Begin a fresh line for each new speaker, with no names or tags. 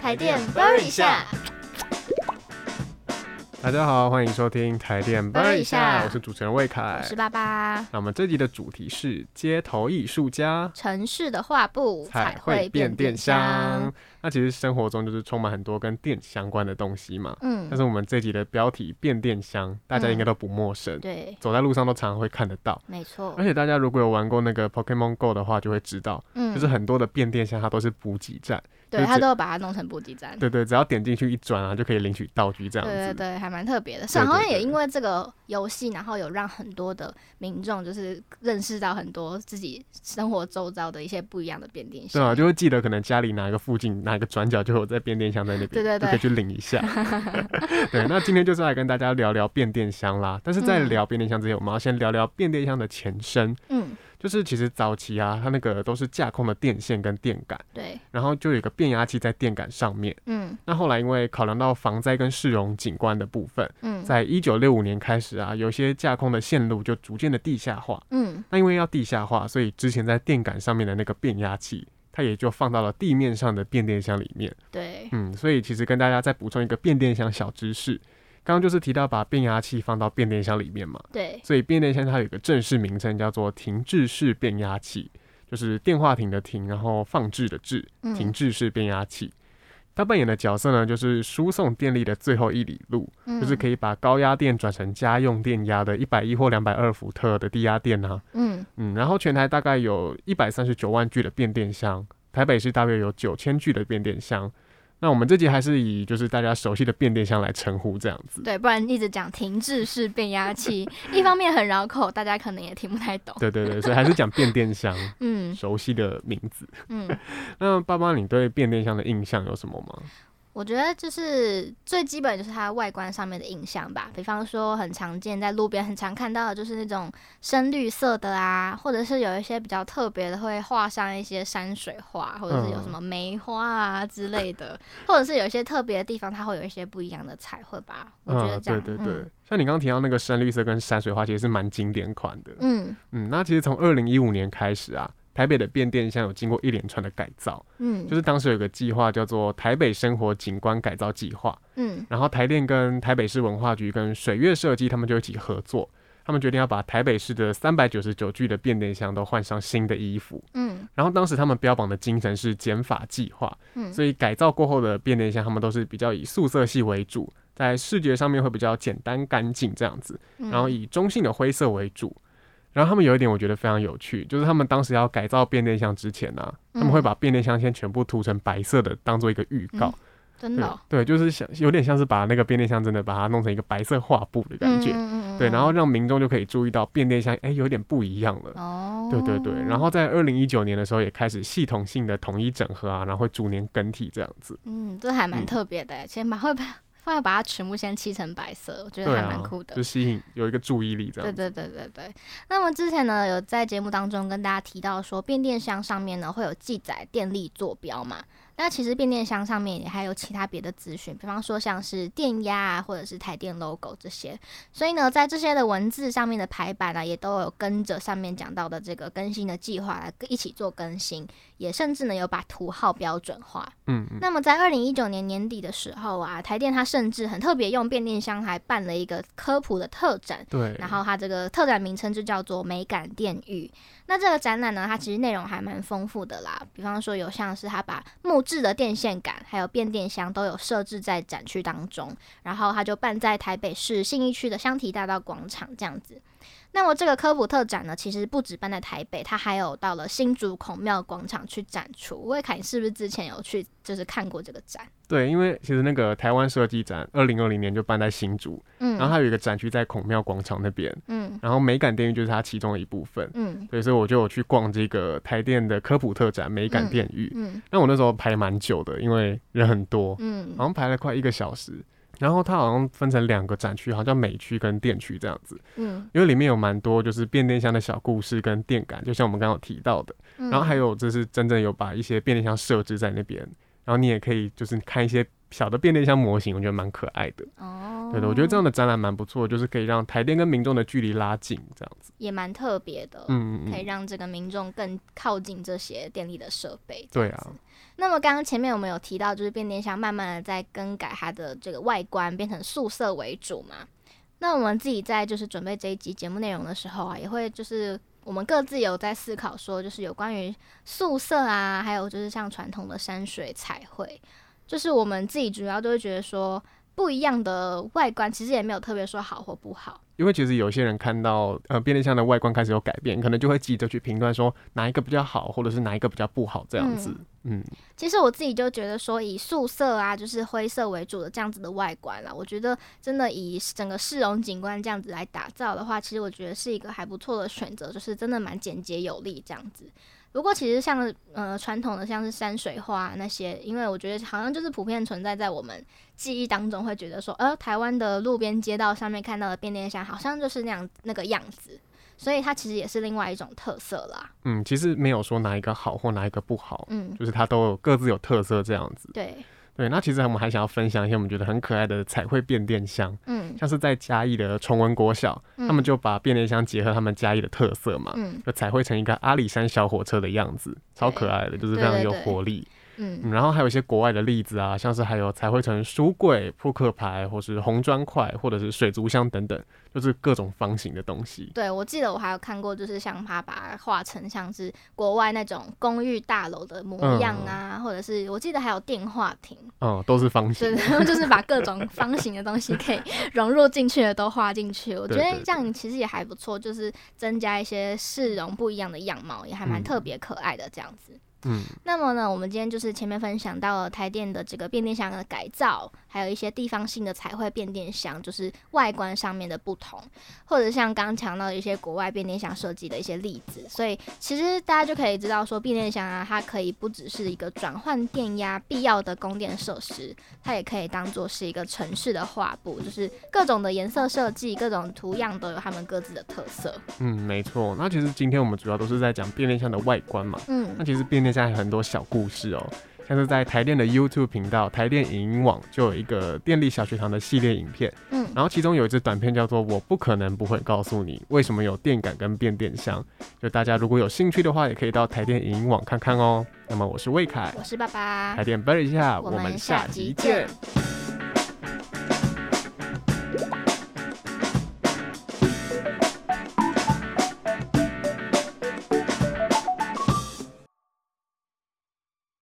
台电 Burr 一下，
大家好，欢迎收听台电
Burr 一下
我是主持人魏凯
我。是爸爸。
那我们这集的主题是街头艺术家
城市的画布
彩绘变电箱。。那其实生活中就是充满很多跟电相关的东西嘛。但
嗯，
是我们这集的标题“变电箱”，大家应该都不陌生，
对，
走在路上都常常会看得到。
没错
而。且大家如果有玩过那个 Pokemon Go 的话，就会知道，
嗯，
就是很多的变电箱它都是补给站。
对
就
他
是
都有把它弄成补给站。
对对，只要点进去一转啊，就可以领取道具这样子。
对对对，还蛮特别的。
对
然后也
对
因为这个游戏，然后有让很多的民众就是认识到很多自己生活周遭的一些不一样的变电
对
箱。
啊，就会记得可能家里哪一个附近哪一个转角就有在变电箱在那边，
对对对
就可以去领 一下。对，那今天就是来跟大家聊聊变电箱啦。但是在
嗯
聊变电箱之前，我们要先聊聊变电箱的前身，
嗯，
就是其实早期啊，它那个都是架空的电线跟电杆，
对，
然后就有一个变压器在电杆上面。
嗯
那后来因为考量到防灾跟市容景观的部分，
嗯
在一九六五年开始啊，有些架空的线路就逐渐的地下化。
嗯
那因为要地下化，所以之前在电杆上面的那个变压器，它也就放到了地面上的变电箱里面。
对，
嗯，所以其实跟大家再补充一个变电箱小知识，刚刚就是提到把变压器放到变电箱里面嘛，
对，
所以变电箱它有一个正式名称叫做停滞式变压器，就是电话亭的停，然后放置的置，停
嗯
滞式变压器。它扮演的角色呢，就是输送电力的最后一里路，
嗯，
就是可以把高压电转成家用电压的一百一或两百二伏特的低压电啊，
嗯
嗯，然后全台大概有一百三十九万具的变电箱，台北市大约有九千具的变电箱。那我们这集还是以就是大家熟悉的变电箱来称呼这样子。
对，不然一直讲停滞式变压 器，一方面很绕口，大家可能也听不太懂。
对对对，所以还是讲变电箱
嗯
熟悉的名字。
嗯，
那爸爸，你对变电箱的印象有什么吗？
我觉得就是最基本就是它外观上面的印象吧，比方说很常见在路边很常看到的就是那种深绿色的啊，或者是有一些比较特别的会画上一些山水画，或者是有
嗯
什么梅花啊之类的，或者是有一些特别的地方它会有一些不一样的彩绘吧。我觉得
啊，
这样，
对对对，
嗯
像你刚刚提到那个深绿色跟山水画，其实是蛮经典款的。
嗯
嗯，那其实从二零一五年开始啊，台北的变电箱有经过一连串的改造，
嗯
就是当时有个计划叫做台北生活景观改造计划。
嗯
然后台电跟台北市文化局跟水月设计他们就一起合作，他们决定要把台北市的三百九十九具的变电箱都换上新的衣服。
嗯
然后当时他们标榜的精神是减法计划，
嗯
所以改造过后的变电箱他们都是比较以素色系为主，在视觉上面会比较简单干净这样子，
嗯，
然后以中性的灰色为主。然后他们有一点我觉得非常有趣，就是他们当时要改造变电箱之前呢、
嗯
他们会把变电箱先全部涂成白色的，当做一个预
嗯
告。
真
对
的哦
对，就是像有点像是把那个变电箱真的把它弄成一个白色画布的感觉，
嗯
对，然后让民众就可以注意到变电箱，哎、有点不一样了。
哦，
对对对，然后在二零一九年的时候也开始系统性的统一整合啊，然后会逐年更替这样子。
嗯，这还蛮
嗯
特别的欸，先把会把会把它全部先漆成白色，我觉得
对
还
啊
蛮酷，的
就。吸引有一个注意力这
对
样
对
子。
对对对。那么之前呢，有在节目当中跟大家提到说，变电箱上面呢会有记载电力坐标嘛？那其实变电箱上面也还有其他别的资讯，比方说像是电压啊，或者是台电 logo 这些。所以呢，在这些的文字上面的排版啊呢、也都有跟着上面讲到的这个更新的计划来一起做更新，也甚至呢有把图号标准化。
嗯嗯，
那么在二零一九年年底的时候啊，台电它甚至很特别用变电箱还办了一个科普的特展。
对。
然后它这个特展名称就叫做“美感电域”。那这个展览呢，它其实内容还蛮丰富的啦，比方说有像是它把木质的电线杆还有变电箱都有设置在展区当中，然后它就办在台北市信义区的香堤大道广场这样子。那么这个科普特展呢，其实不止办在台北，它还有到了新竹孔庙广场去展出。魏凯，你是不是之前有去就是看过这个展？
对，因为其实那个台湾设计展二零二零年就办在新竹，然后
嗯
它有一个展区在孔庙广场那边，
嗯
然后美感电域就是它其中的一部分。
嗯
对，所以我就有去逛这个台电的科普特展美感
嗯
电域。
嗯
那我那时候排蛮久的，因为人很多，好
嗯，
像排了快一个小时。然后它好像分成两个展区，好像美区跟电区这样子，
嗯，
因为里面有蛮多就是变电箱的小故事跟电感，就像我们刚刚有提到的。
然
然后还有就是真正有把一些变电箱设置在那边，然后你也可以就是看一些小的变电箱模型，我觉得蛮可爱的。
哦，哦，
对的，我觉得这样的展览蛮不错，就是可以让台电跟民众的距离拉近，这样子。
也蛮特别的，
嗯嗯
可以
嗯，
让这个民众更靠近这些电力的设备。
对啊，
那么刚刚前面我们有提到，就是变电箱慢慢的在更改它的这个外观，变成素色为主嘛。那我们自己在就是准备这一集节目内容的时候啊，也会就是我们各自有在思考说，就是有关于素色啊，还有就是像传统的山水彩绘，就是我们自己主要都会觉得说，不一样的外观其实也没有特别说好或不好。
因为其实有些人看到呃变电箱的外观开始有改变，可能就会急着去评断说哪一个比较好，或者是哪一个比较不好这样子。嗯
其实我自己就觉得说，以素色啊，就是灰色为主的这样子的外观啦，我觉得真的以整个市容景观这样子来打造的话，其实我觉得是一个还不错的选择，就是真的蛮简洁有力这样子。不过其实像呃传统的像是山水画啊那些，因为我觉得好像就是普遍存在在我们记忆当中，会觉得说，呃，台湾的路边街道上面看到的变电箱好像就是那样那个样子，所以它其实也是另外一种特色啦。
嗯，其实没有说哪一个好或哪一个不好，
嗯，
就是它都有各自有特色这样子。
对，
对，那其实我们还想要分享一些我们觉得很可爱的彩绘变电箱，
嗯，
像是在嘉义的崇文国小，他们就把变电箱结合他们嘉义的特色嘛，
嗯
就彩绘成一个阿里山小火车的样子，超可爱的，就是非常有活力。
嗯。
嗯，然后还有一些国外的例子啊，像是还有彩绘成书柜、扑克牌，或是红砖块，或者是水族箱等等，就是各种方形的东西。
对，我记得我还有看过，就是像他把它画成像是国外那种公寓大楼的模样啊，或者是我记得还有电话亭，
嗯，都是方
对，
形。
然后就是 把各种方形的东西可 以融入进去的都画进去。我觉
对
得
对
这样其实也还不错，就是增加一些市容不一样的样貌，也还蛮
嗯
特别可爱的这样子。
嗯，
那么呢，我们今天就是前面分享到了台电的这个变电箱的改造，还有一些地方性的彩绘变电箱，就是外观上面的不同，或者像刚刚讲到的一些国外变电箱设计的一些例子。所以其实大家就可以知道说，变电箱啊，它可以不只是一个转换电压必要的供电设施，它也可以当做是一个城市的画布，就是各种的颜色设计、各种图样都有它们各自的特色。
嗯，没错。那其实今天我们主要都是在讲变电箱的外观嘛。那
嗯
其实变电箱还有很多小故事哦，像是在台电的 YouTube 频道台电影音网就有一个电力小学堂的系列影片，
嗯
然后其中有一支短片叫做《我不可能不会告诉你为什么有电感跟变电箱》，就大家如果有兴趣的话，也可以到台电影音网看看哦。那么我是魏凯，
我是爸爸
台，电 b 一下，
我
们
们
下
下
集
集
见
见。